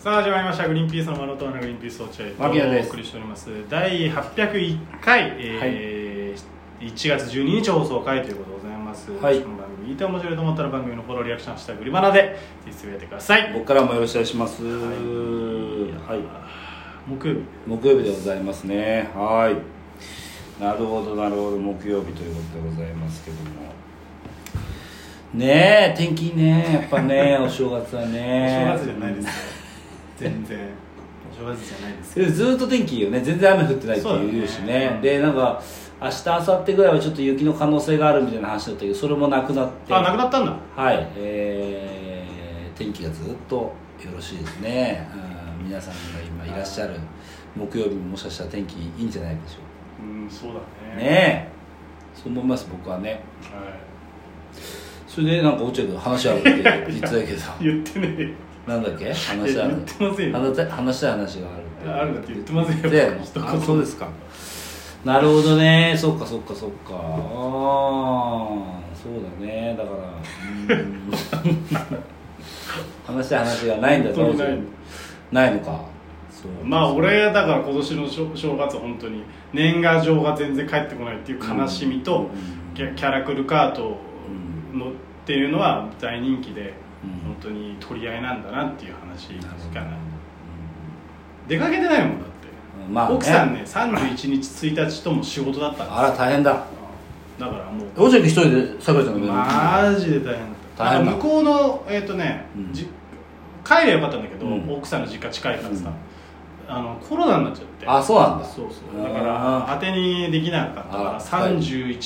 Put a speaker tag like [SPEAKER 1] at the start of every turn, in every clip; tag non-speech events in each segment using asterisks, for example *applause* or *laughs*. [SPEAKER 1] さあ始まりました「グリーンピースの丸とのグリーンピース落合」
[SPEAKER 2] 牧野で
[SPEAKER 1] とお
[SPEAKER 2] す
[SPEAKER 1] 送りしております第801回、えー1月12日放送回ということでございます、
[SPEAKER 2] はい
[SPEAKER 1] この番組見て面白いと思ったら番組のフォローリアクションしたグリバナでぜひつぶやいてください
[SPEAKER 2] 僕からもよろしくお願いします。はいい。
[SPEAKER 1] 木曜日
[SPEAKER 2] 木曜日でございますね。はい。なるほど、なるほど、木曜日ということでございますけども。ねえ、天気いいね、やっ
[SPEAKER 1] *laughs*
[SPEAKER 2] ぱね、お正月は
[SPEAKER 1] お
[SPEAKER 2] ね。
[SPEAKER 1] 正月じゃないですよ全然お正月じゃないです
[SPEAKER 2] でもずっと天気いいよね全然雨降ってないっていうし
[SPEAKER 1] そうだ
[SPEAKER 2] ね
[SPEAKER 1] ね
[SPEAKER 2] でなんか明日明後日ぐらいはちょっと雪の可能性があるみたいな話だったけどそれもなくなって
[SPEAKER 1] あなくなったんだ
[SPEAKER 2] はいえー天気がずっとよろしいですね、うん、皆さんが今いらっしゃる木曜日ももしかしたら天気いいんじゃないでしょ
[SPEAKER 1] うんそうだ
[SPEAKER 2] うか
[SPEAKER 1] ね
[SPEAKER 2] ねえそう思います僕はね
[SPEAKER 1] は
[SPEAKER 2] それでなんか落合君話あるって言ってたけど
[SPEAKER 1] い言ってねえよ
[SPEAKER 2] なんだっけ話ある
[SPEAKER 1] 言ってませんよ
[SPEAKER 2] 話した話したい話がある
[SPEAKER 1] あるんだって言ってませんよ
[SPEAKER 2] で
[SPEAKER 1] *laughs* 一言
[SPEAKER 2] あそうですかなるほどねそっかそっかそっかああそうだねだからうーん *laughs* 話したい話がないんだ
[SPEAKER 1] 本当にない
[SPEAKER 2] ないのかそう
[SPEAKER 1] まあ俺だから今年の正正月は本当に年賀状が全然返ってこないっていう悲しみと、
[SPEAKER 2] うん
[SPEAKER 1] キャキャラクルカートのっていうのは大人気で、
[SPEAKER 2] うん
[SPEAKER 1] 本当に取り合いなんだなっていう話しかない
[SPEAKER 2] うん
[SPEAKER 1] 出かけてないもんだって、
[SPEAKER 2] まあね
[SPEAKER 1] 奥さんね31日1日とも仕事だったん
[SPEAKER 2] あら大変だ
[SPEAKER 1] だからもう
[SPEAKER 2] 落合君一人でさくらちゃんの上に
[SPEAKER 1] マジで大変だった
[SPEAKER 2] 大変だ
[SPEAKER 1] なんか向こうのえっ、とね、
[SPEAKER 2] うん
[SPEAKER 1] じ帰りゃよかったんだけど、
[SPEAKER 2] うん
[SPEAKER 1] 奥さんの実家近いからさ、
[SPEAKER 2] うん
[SPEAKER 1] あのコロナになっちゃって
[SPEAKER 2] あそうなんだ
[SPEAKER 1] そうそう
[SPEAKER 2] あー
[SPEAKER 1] だから当てにできなかったか
[SPEAKER 2] あ
[SPEAKER 1] ら
[SPEAKER 2] ら
[SPEAKER 1] 311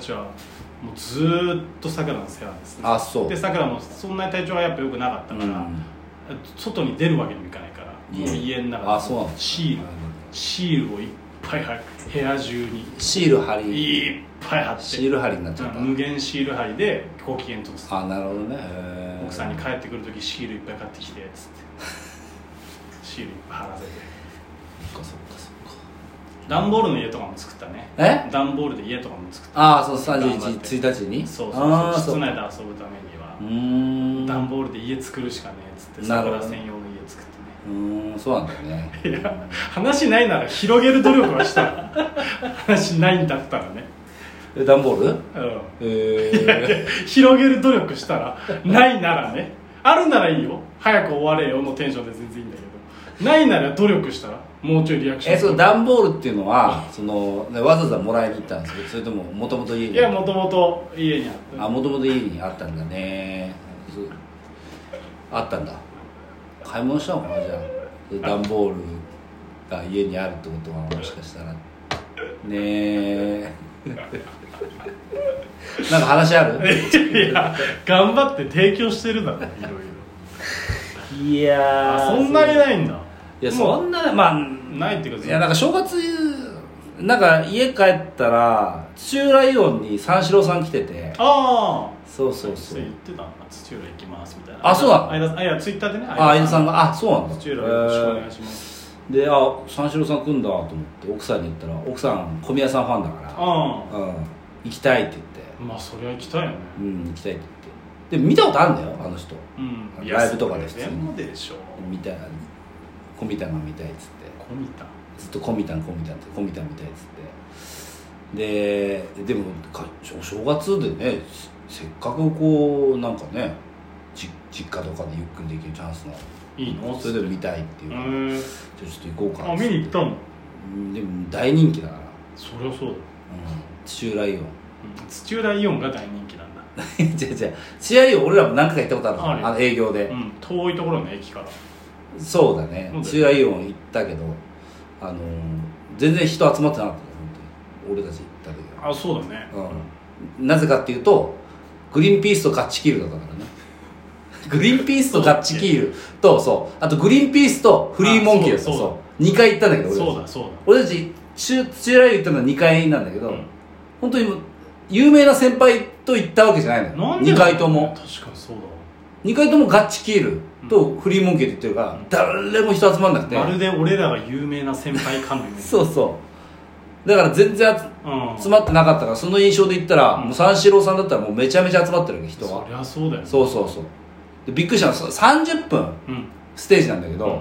[SPEAKER 1] 日はもうずーっとさくらの世話ですね
[SPEAKER 2] あそう
[SPEAKER 1] でさくらもそんなに体調がやっぱ良くなかったから、
[SPEAKER 2] うん
[SPEAKER 1] 外に出るわけにもいかないから
[SPEAKER 2] いい
[SPEAKER 1] もう家の中で
[SPEAKER 2] あそうなんだ
[SPEAKER 1] シールシールをいっぱい貼る部屋中に
[SPEAKER 2] シール貼り
[SPEAKER 1] いっぱい貼って
[SPEAKER 2] シール貼りになっちゃった
[SPEAKER 1] うん無限シール貼りでご機嫌とす
[SPEAKER 2] あなるほどねへー
[SPEAKER 1] 奥さんに帰ってくる時シールいっぱい買ってきてつって
[SPEAKER 2] *laughs*
[SPEAKER 1] シールいっぱい貼らせて
[SPEAKER 2] そっかそっかそっか
[SPEAKER 1] 段ボールの家とかも作ったね
[SPEAKER 2] え
[SPEAKER 1] 段ボールで家とかも作っ
[SPEAKER 2] ああその31
[SPEAKER 1] 頑張って
[SPEAKER 2] 日1日に
[SPEAKER 1] そう
[SPEAKER 2] あー
[SPEAKER 1] そうそう室
[SPEAKER 2] う
[SPEAKER 1] 内で遊ぶためには
[SPEAKER 2] うーん
[SPEAKER 1] 段ボールで家作るしかねえっつって
[SPEAKER 2] なるほ
[SPEAKER 1] 桜
[SPEAKER 2] ど
[SPEAKER 1] 専用の家作ってね
[SPEAKER 2] うーんそうなんだよね
[SPEAKER 1] いや話ないなら広げる努力はしたら話ないんだったらね、
[SPEAKER 2] え段ボール
[SPEAKER 1] うん、
[SPEAKER 2] え
[SPEAKER 1] *laughs* 広げる努力したらないならねあるならいいよ早く終われよのテンションで全然いいんだけどないなら努力したらもうちょいリアクショ
[SPEAKER 2] ー、
[SPEAKER 1] ン
[SPEAKER 2] えその段ボールっていうのはそのねわざわざもらいに行ったんですかそれとももともと家
[SPEAKER 1] い
[SPEAKER 2] に
[SPEAKER 1] やもともと家にあった
[SPEAKER 2] あもともと家にあったんだねそうあったんだ買い物したのかなじゃあその段ボールが家にあるってことはもしかしたらねえ *laughs* なんか話ある
[SPEAKER 1] いや頑張って提供してるだろいろいろ
[SPEAKER 2] いや
[SPEAKER 1] あそんなにないんだ
[SPEAKER 2] いや
[SPEAKER 1] も
[SPEAKER 2] そ
[SPEAKER 1] うん
[SPEAKER 2] なま
[SPEAKER 1] ないっていう
[SPEAKER 2] あ
[SPEAKER 1] か
[SPEAKER 2] いやなんか正月なんか家帰ったら土浦イオンに三四郎さん来てて
[SPEAKER 1] ああ
[SPEAKER 2] そうそうそ
[SPEAKER 1] そう
[SPEAKER 2] う
[SPEAKER 1] 言ってたな土浦行きますみたいな
[SPEAKER 2] あそうなの
[SPEAKER 1] あいだあいやツイッターでね
[SPEAKER 2] ああ相田さんがあそうなんだ
[SPEAKER 1] 土浦よろしくお願い
[SPEAKER 2] し
[SPEAKER 1] します
[SPEAKER 2] ますであ三四郎さん来んだと思って奥さんに言ったら奥さん小宮さんファンだか
[SPEAKER 1] あ
[SPEAKER 2] らうん行きたいって言って
[SPEAKER 1] あまあそりゃ行きたいよね
[SPEAKER 2] うん行きたいって言ってで見たことあるんだよあの人
[SPEAKER 1] うん
[SPEAKER 2] ライブとかで普通に
[SPEAKER 1] でもでしょ
[SPEAKER 2] 見たい小宮が見たいっつって
[SPEAKER 1] コミタ
[SPEAKER 2] ずっとコミタンコミタンってコミタンみたいっつってででもかお正月でねせせっかくこうなんかねじ実家とかでゆっくりできるチャンスなの
[SPEAKER 1] いいの
[SPEAKER 2] それで見たいっていう
[SPEAKER 1] う
[SPEAKER 2] から、
[SPEAKER 1] ーん
[SPEAKER 2] じゃあちょっと行こうか
[SPEAKER 1] あ見に行ったの
[SPEAKER 2] うんでも大人気だから、
[SPEAKER 1] そり
[SPEAKER 2] うん、
[SPEAKER 1] ゃそうだ、
[SPEAKER 2] 土浦イオン
[SPEAKER 1] うん、土浦イオンが大人気なんだ、
[SPEAKER 2] 違う違う土浦イオン俺らも何回か行ったこと
[SPEAKER 1] あ
[SPEAKER 2] あるの
[SPEAKER 1] るよ
[SPEAKER 2] あの営業で、
[SPEAKER 1] うん、遠いところの駅から
[SPEAKER 2] そうだ
[SPEAKER 1] そ
[SPEAKER 2] ね
[SPEAKER 1] うだよ
[SPEAKER 2] 土浦イオン行ったけどあのー全然人集まってなかったね本当に俺たち行った時は
[SPEAKER 1] あそうだね
[SPEAKER 2] うんなぜかっていうとグリーンピースとガッチキールだった
[SPEAKER 1] *laughs*
[SPEAKER 2] からねグリーンピースとガッチキールとそうあとグリーンピースとフリーモンキーだった
[SPEAKER 1] あそうだ
[SPEAKER 2] そう2回行ったんだけど俺たち
[SPEAKER 1] そうだそうだ
[SPEAKER 2] 俺たち中土浦湯行ったのは2回なんだけど、
[SPEAKER 1] うん
[SPEAKER 2] 本当にもう有名な先輩と行ったわけじゃないの
[SPEAKER 1] な
[SPEAKER 2] よ
[SPEAKER 1] んでだ
[SPEAKER 2] 2
[SPEAKER 1] ろう
[SPEAKER 2] 回とも
[SPEAKER 1] 確かにそう
[SPEAKER 2] 2回ともガッチキールとフリーモンキーで行ってるから、
[SPEAKER 1] うん
[SPEAKER 2] 誰も人集まんなくて
[SPEAKER 1] だわまるで俺らが有名な先輩かのように
[SPEAKER 2] そうそうだから全然
[SPEAKER 1] うん
[SPEAKER 2] 集まってなかったからその印象で言ったら、
[SPEAKER 1] うん
[SPEAKER 2] もう三四郎さんだったらもうめちゃめちゃ集まってるわけ人
[SPEAKER 1] そ
[SPEAKER 2] は
[SPEAKER 1] りゃそうだよ
[SPEAKER 2] そうそうそうでびっくりしたのそ30分
[SPEAKER 1] うん
[SPEAKER 2] ステージなんだけど、
[SPEAKER 1] うん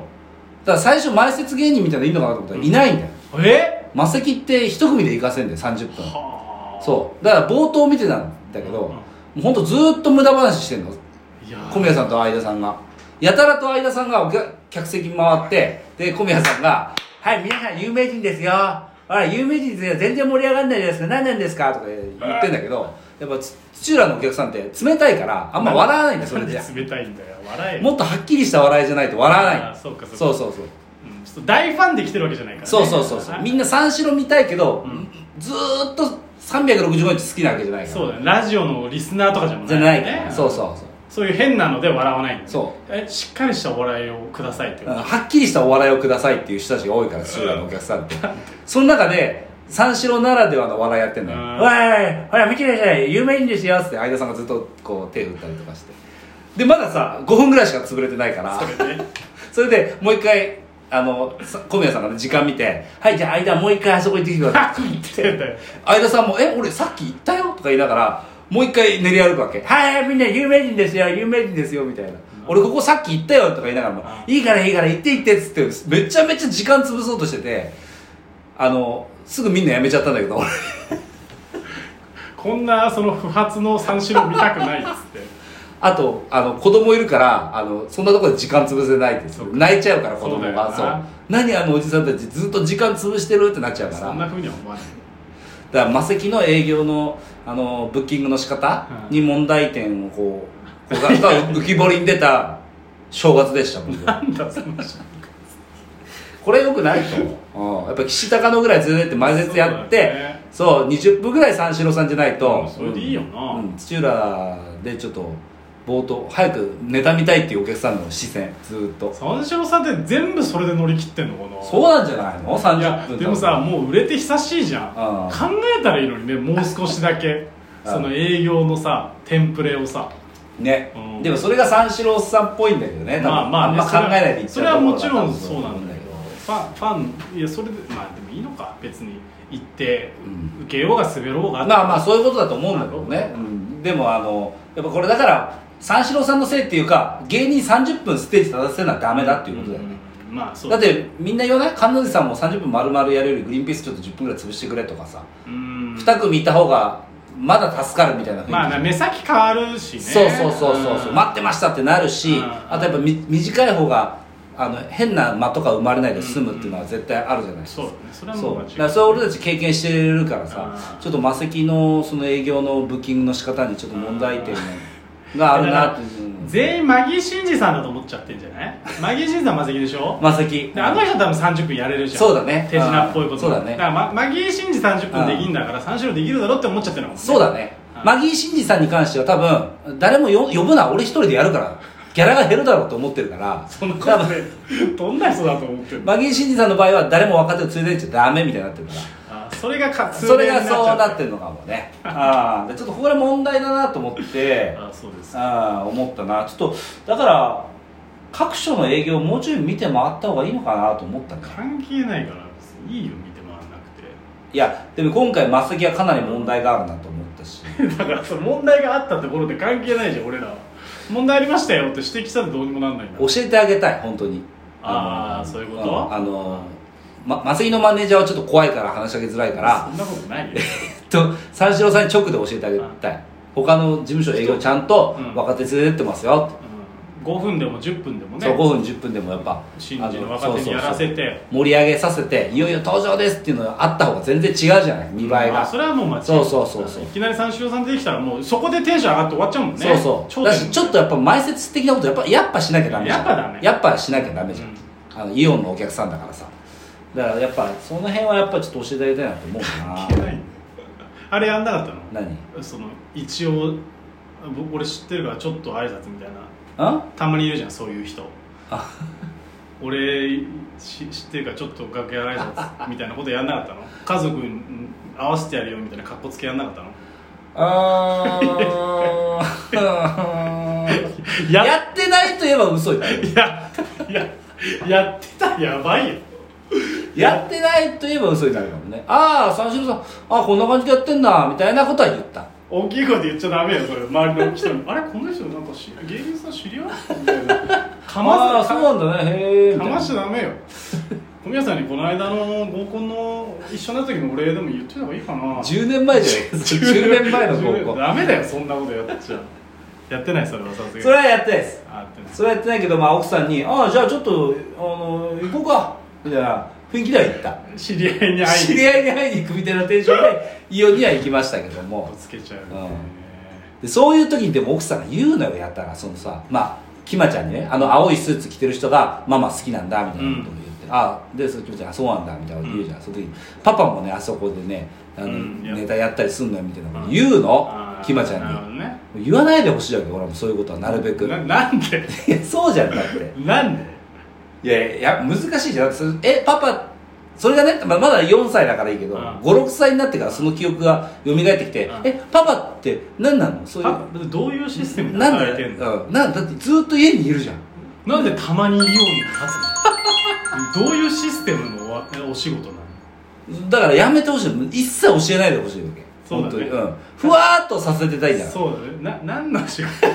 [SPEAKER 2] ただ最初前説芸人みたいなのいいのかなと思ったらいないんだよ、
[SPEAKER 1] え
[SPEAKER 2] マセキって一組で行かせんで30分
[SPEAKER 1] はあ
[SPEAKER 2] そうだから冒頭見てたんだけど、
[SPEAKER 1] うん
[SPEAKER 2] もうほんとずーっと無駄話してんの
[SPEAKER 1] いやー
[SPEAKER 2] 小宮さんと相田さんがやたらと相田さんがお客客席回ってで小宮さんが「はい皆さん有名人ですよあら有名人ですよ全然盛り上がんないですね何なんですか」とか言ってんだけどやっぱつ土浦のお客さんって冷たいからあんま笑わないんだよそれじゃ
[SPEAKER 1] なんで冷たいんだよ笑え
[SPEAKER 2] もっとはっきりした笑いじゃないと笑わ
[SPEAKER 1] あー
[SPEAKER 2] ない
[SPEAKER 1] そうかそうか
[SPEAKER 2] そうそうそう
[SPEAKER 1] うんちょっと大ファンで来てるわけじゃないから、ね、
[SPEAKER 2] そうそうそうそうみんな三四郎見たいけど、
[SPEAKER 1] うん
[SPEAKER 2] ずーっと365日好きなわけじゃないから
[SPEAKER 1] そうだねラジオのリスナーとかじゃもん
[SPEAKER 2] じゃないか
[SPEAKER 1] ね
[SPEAKER 2] らそうそうそう
[SPEAKER 1] そういう変なので笑わないんだ
[SPEAKER 2] そう
[SPEAKER 1] えしっかりしたお笑いをくださいって
[SPEAKER 2] う
[SPEAKER 1] こ
[SPEAKER 2] ん
[SPEAKER 1] と
[SPEAKER 2] はっきりしたお笑いをくださいっていう人たちが多いから土浦のお客さんってその中で三四郎ならではの笑いやってんのよ
[SPEAKER 1] う
[SPEAKER 2] 「
[SPEAKER 1] ん
[SPEAKER 2] おいおいおいほら見てください有名人ですよ」っつって相田さんがずっとこう手を打ったりとかしてでまださ5分ぐらいしか潰れてないから
[SPEAKER 1] それね
[SPEAKER 2] *laughs* それでもう一回あのさ小宮さんがね時間見て「はいじゃあ相田もう一回あそこ行ってきてください」
[SPEAKER 1] *laughs* 言ってんだよ
[SPEAKER 2] 相田さんも「え俺さっき言ったよ」とか言いながらもう一回練り歩くわけ「はいみんな有名人ですよ有名人ですよ」みたいな「俺ここさっき言ったよ」とか言いながらも「いいからいいから行って行って」っつってめちゃめちゃ時間潰そうとしててあのすぐみんなやめちゃったんだけど俺
[SPEAKER 1] こんなその不発の三四郎見たくないっつ
[SPEAKER 2] *laughs*
[SPEAKER 1] って
[SPEAKER 2] あとあの子供いるからあのそんなところで時間潰せないって
[SPEAKER 1] そうか
[SPEAKER 2] 泣いちゃうから子供
[SPEAKER 1] そうだよ
[SPEAKER 2] が
[SPEAKER 1] な
[SPEAKER 2] そう何あのおじさんたちずっと時間潰してるってなっちゃうから
[SPEAKER 1] そんなふうには思わない
[SPEAKER 2] だからマセキの営業のあのブッキングの仕方
[SPEAKER 1] うん
[SPEAKER 2] に問題点をこう、こうが浮き彫りに出た正月でした僕
[SPEAKER 1] なんだその人
[SPEAKER 2] これよくないと思う、うん、やっぱ岸高野ぐらいずっと前説やって
[SPEAKER 1] そうだよね
[SPEAKER 2] そう,、20分ぐらい三四郎さんじゃないと、
[SPEAKER 1] うんそれでいいよな
[SPEAKER 2] うん土浦でちょっと冒頭早くネタ見たいっていうお客さんの視線ずっと
[SPEAKER 1] 三四郎さんって全部それで乗り切ってんのかな
[SPEAKER 2] そうなんじゃないの
[SPEAKER 1] いや
[SPEAKER 2] 30分
[SPEAKER 1] でもさもう売れて久しいじゃん
[SPEAKER 2] あ
[SPEAKER 1] 考えたらいいのにねもう少しだけ
[SPEAKER 2] *laughs* あ
[SPEAKER 1] その営業のさテンプレをさ
[SPEAKER 2] ね、
[SPEAKER 1] うん
[SPEAKER 2] でもそれが三四郎さんっぽいんだけどね、
[SPEAKER 1] まあまあ、ね、
[SPEAKER 2] 多分あんま考えないでいっ
[SPEAKER 1] そ
[SPEAKER 2] ち
[SPEAKER 1] れ
[SPEAKER 2] ゃ
[SPEAKER 1] は
[SPEAKER 2] うところ
[SPEAKER 1] もちろんそうなんだけ
[SPEAKER 2] 多
[SPEAKER 1] ど
[SPEAKER 2] 分
[SPEAKER 1] ファンファンいやそれでまあでもいいのか別に行って、
[SPEAKER 2] うん
[SPEAKER 1] 受けようが滑ろうが
[SPEAKER 2] まあまあそういうことだと思うんだけどね、
[SPEAKER 1] う
[SPEAKER 2] うんでもあのやっぱこれだから三四郎さんのせいっていうか芸人30分ステージ立たせるのはダメだっていうことだよね、
[SPEAKER 1] うんまあそう
[SPEAKER 2] だってみんな言わない神奈月さんも30分丸々やるよりグリーンピースちょっと10分ぐらい潰してくれとかさ、
[SPEAKER 1] うん
[SPEAKER 2] 二2組いた方がまだ助かるみたいな雰囲気
[SPEAKER 1] まあな目先変わるしね
[SPEAKER 2] そうそうそうそうそう、
[SPEAKER 1] ん
[SPEAKER 2] 待ってましたってなるし、
[SPEAKER 1] うん
[SPEAKER 2] あとやっぱみ短い方があの変な間とか生まれないで済むっていうのは絶対あるじゃないですか、
[SPEAKER 1] そうだねそれは
[SPEAKER 2] そ
[SPEAKER 1] もう
[SPEAKER 2] う
[SPEAKER 1] 間違
[SPEAKER 2] だ
[SPEAKER 1] い
[SPEAKER 2] からそれ俺たち経験してるからさ
[SPEAKER 1] うん
[SPEAKER 2] ちょっとマセキのその営業のブッキングの仕方にちょっと問題点があるな
[SPEAKER 1] *laughs*
[SPEAKER 2] っていう
[SPEAKER 1] 全員マギー真司さんだと思っちゃってんじゃないマギー真司さんマセキでしょ
[SPEAKER 2] マセキ
[SPEAKER 1] であの人多分30分やれるじゃん
[SPEAKER 2] そうだね
[SPEAKER 1] 手品っぽいことも
[SPEAKER 2] うんそうだね
[SPEAKER 1] から、ま、マギー真司30分できんだから三四郎できるだろって思っちゃってるの
[SPEAKER 2] そうだね
[SPEAKER 1] うん
[SPEAKER 2] マギー真司さんに関しては多分誰もよ呼ぶな俺一人でやるからギャラが減るだろうと思ってるから
[SPEAKER 1] そんなこ
[SPEAKER 2] 多
[SPEAKER 1] と
[SPEAKER 2] 分
[SPEAKER 1] ね *laughs* どんな人だと思ってるの
[SPEAKER 2] マギー真司さんの場合は誰も若手を連れてっちゃダメみたいになってるから
[SPEAKER 1] あそれがか
[SPEAKER 2] それがそうな
[SPEAKER 1] だ
[SPEAKER 2] ってるのかもね *laughs* ああでちょっとここで問題だなと思って
[SPEAKER 1] あそうです
[SPEAKER 2] ああ思ったなちょっとだから各所の営業もうちょい見て回った方がいいのかなと思ったんだ
[SPEAKER 1] 関係ないから別にいいよ見て回らなく
[SPEAKER 2] いやでも今回マスキはかなり問題があるなと思ったし
[SPEAKER 1] てだ *laughs* からその問題があったところで関係ないじゃん俺らは問題ありましたよって指摘したらどうにもなんないんだ
[SPEAKER 2] 教えてあげたい本当に
[SPEAKER 1] あー
[SPEAKER 2] の
[SPEAKER 1] そういうこと
[SPEAKER 2] あのま、マスキのマネージャーはちょっと怖いから話しかけづらいから
[SPEAKER 1] そんなことないよ
[SPEAKER 2] *laughs* と三四郎さんに直で教えてあげたい他の事務所営業ちゃんと
[SPEAKER 1] うん
[SPEAKER 2] 若手連れてってますよ、
[SPEAKER 1] うん5分でも10分でも
[SPEAKER 2] そう5
[SPEAKER 1] ね
[SPEAKER 2] 分10分でもやっぱ
[SPEAKER 1] 新人の若手にやらせ
[SPEAKER 2] あのそうそう
[SPEAKER 1] て
[SPEAKER 2] そう盛り上げさせていよいよ登場ですっていうのがあった方が全然違うじゃない見栄えが、
[SPEAKER 1] まあそれはもう間違いない
[SPEAKER 2] そうそうそうそう
[SPEAKER 1] いきなり三四郎さん出てきたらもうそこでテンション上がって終わっちゃうもんね
[SPEAKER 2] そうそうだしちょっとやっぱ前説的なことやっぱやっぱしなきゃダメじゃん
[SPEAKER 1] やっぱダメ
[SPEAKER 2] やっぱしなきゃダメじゃん、
[SPEAKER 1] うん
[SPEAKER 2] あのイオンのお客さんだからさだからやっぱその辺はやっぱちょっと教えてあげたいなと思う
[SPEAKER 1] 聞け
[SPEAKER 2] か
[SPEAKER 1] *laughs* ないんだよあれやんなかったの
[SPEAKER 2] な何ん
[SPEAKER 1] その一応僕俺知ってるからちょっと挨拶みたいな
[SPEAKER 2] あ
[SPEAKER 1] たまにいるじゃんそういう人
[SPEAKER 2] あ
[SPEAKER 1] 俺し知ってるからちょっと楽屋挨拶みたいなことやんなかったの家族に合わせてやるよみたいな格好つけやんなかったの
[SPEAKER 2] あー *laughs* やってないといえば嘘だよ
[SPEAKER 1] いやいややってたらやばいよ
[SPEAKER 2] やってないといえば嘘になるか
[SPEAKER 1] *laughs*
[SPEAKER 2] もねああ三四郎さんあこんな感じでやってんだみたいなことは言った
[SPEAKER 1] 大 *laughs* きい声で言っちゃダメよそれ周りの人にあれこの人なんかし芸人さん知り合いみたいなかま
[SPEAKER 2] あー
[SPEAKER 1] す
[SPEAKER 2] そうなんだねへえ
[SPEAKER 1] かましちゃダ
[SPEAKER 2] *laughs*
[SPEAKER 1] メよ小宮さんにこの間の合コンの一緒になった時のお礼でも言ってた方がいいかな
[SPEAKER 2] 10年前じゃないで
[SPEAKER 1] *laughs*
[SPEAKER 2] すか10年前の高校
[SPEAKER 1] ダメだよそんなことやっちゃやってないそれはさすがに
[SPEAKER 2] それはやってないです
[SPEAKER 1] あやってない
[SPEAKER 2] それはやってないけど、まあ、奥さんに「ああじゃあちょっとあの行こうか」みたいな雰囲気では行った
[SPEAKER 1] 知り合いに会い
[SPEAKER 2] 知
[SPEAKER 1] に
[SPEAKER 2] り合いに会いに行くみたいなテンションでイオンには行きましたけども
[SPEAKER 1] ぶつけちゃう、ね
[SPEAKER 2] でそういう時にでも奥さんが言うのよやったらそのさまあきまちゃんにねあの青いスーツ着てる人がママ好きなんだみたいなことを言って、あでそのきまちゃんあそうなんだみたいなこと言うじゃん、その時にパパもねあそこでねあの、
[SPEAKER 1] うん
[SPEAKER 2] ネタやったりすんのよみたいなこと言うの
[SPEAKER 1] あー
[SPEAKER 2] きまちゃ
[SPEAKER 1] なるほ
[SPEAKER 2] ん
[SPEAKER 1] どね
[SPEAKER 2] に言わないでほしいわけ俺もそういうことはなるべく
[SPEAKER 1] ななんで
[SPEAKER 2] いやそうじゃんだって
[SPEAKER 1] なんで
[SPEAKER 2] いやいや難しいじゃんだってそれえパパそれがねまあまだ4歳だからいいけど、
[SPEAKER 1] うん
[SPEAKER 2] 56歳になってからその記憶が蘇ってきて、
[SPEAKER 1] うん
[SPEAKER 2] えパパって何なのそういう
[SPEAKER 1] パどういうシステムで
[SPEAKER 2] なん
[SPEAKER 1] 働
[SPEAKER 2] だ
[SPEAKER 1] いてんの
[SPEAKER 2] うん、なんだってずっと家にいるじゃん
[SPEAKER 1] なんでたまにイオンに立つのどういうシステムのおお仕事なの
[SPEAKER 2] だからやめてほしい一切教えないでほしいわけ
[SPEAKER 1] そうだね
[SPEAKER 2] 本当にうん、ふわーっとさせてたいじゃんっ
[SPEAKER 1] そうだねな何の仕事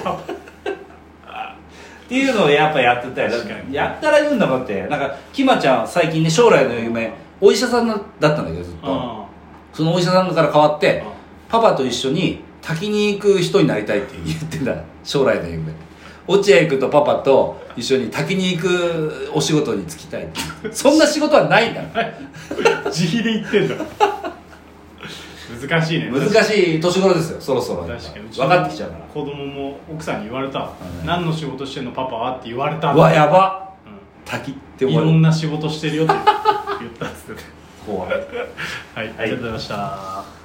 [SPEAKER 2] ていうのをやっぱやってたよ
[SPEAKER 1] 確かに
[SPEAKER 2] やったら言うんだもんだってなんかきまちゃん最近ね将来の夢お医者さんだったんだけどずっと
[SPEAKER 1] *laughs* あ
[SPEAKER 2] そのお医者さんから変わって
[SPEAKER 1] あ
[SPEAKER 2] パパと一緒に滝に行く人になりたいって言ってた将来の夢落合君とパパと一緒に滝に行くお仕事に就きたいって言ってそんな仕事はないんだ
[SPEAKER 1] あ自費で言ってんだ難しいね
[SPEAKER 2] 難しい年頃ですよそろそろ
[SPEAKER 1] 確かに
[SPEAKER 2] 分かってきちゃうから
[SPEAKER 1] 子供も奥さんに言われたわ
[SPEAKER 2] うん
[SPEAKER 1] 何の仕事してんのパパはって言われた
[SPEAKER 2] うわやば
[SPEAKER 1] う
[SPEAKER 2] 滝って
[SPEAKER 1] んいろ
[SPEAKER 2] 思
[SPEAKER 1] ん
[SPEAKER 2] う
[SPEAKER 1] な仕事してるよって言ったっつって
[SPEAKER 2] 怖い
[SPEAKER 1] はい、ありがとうございました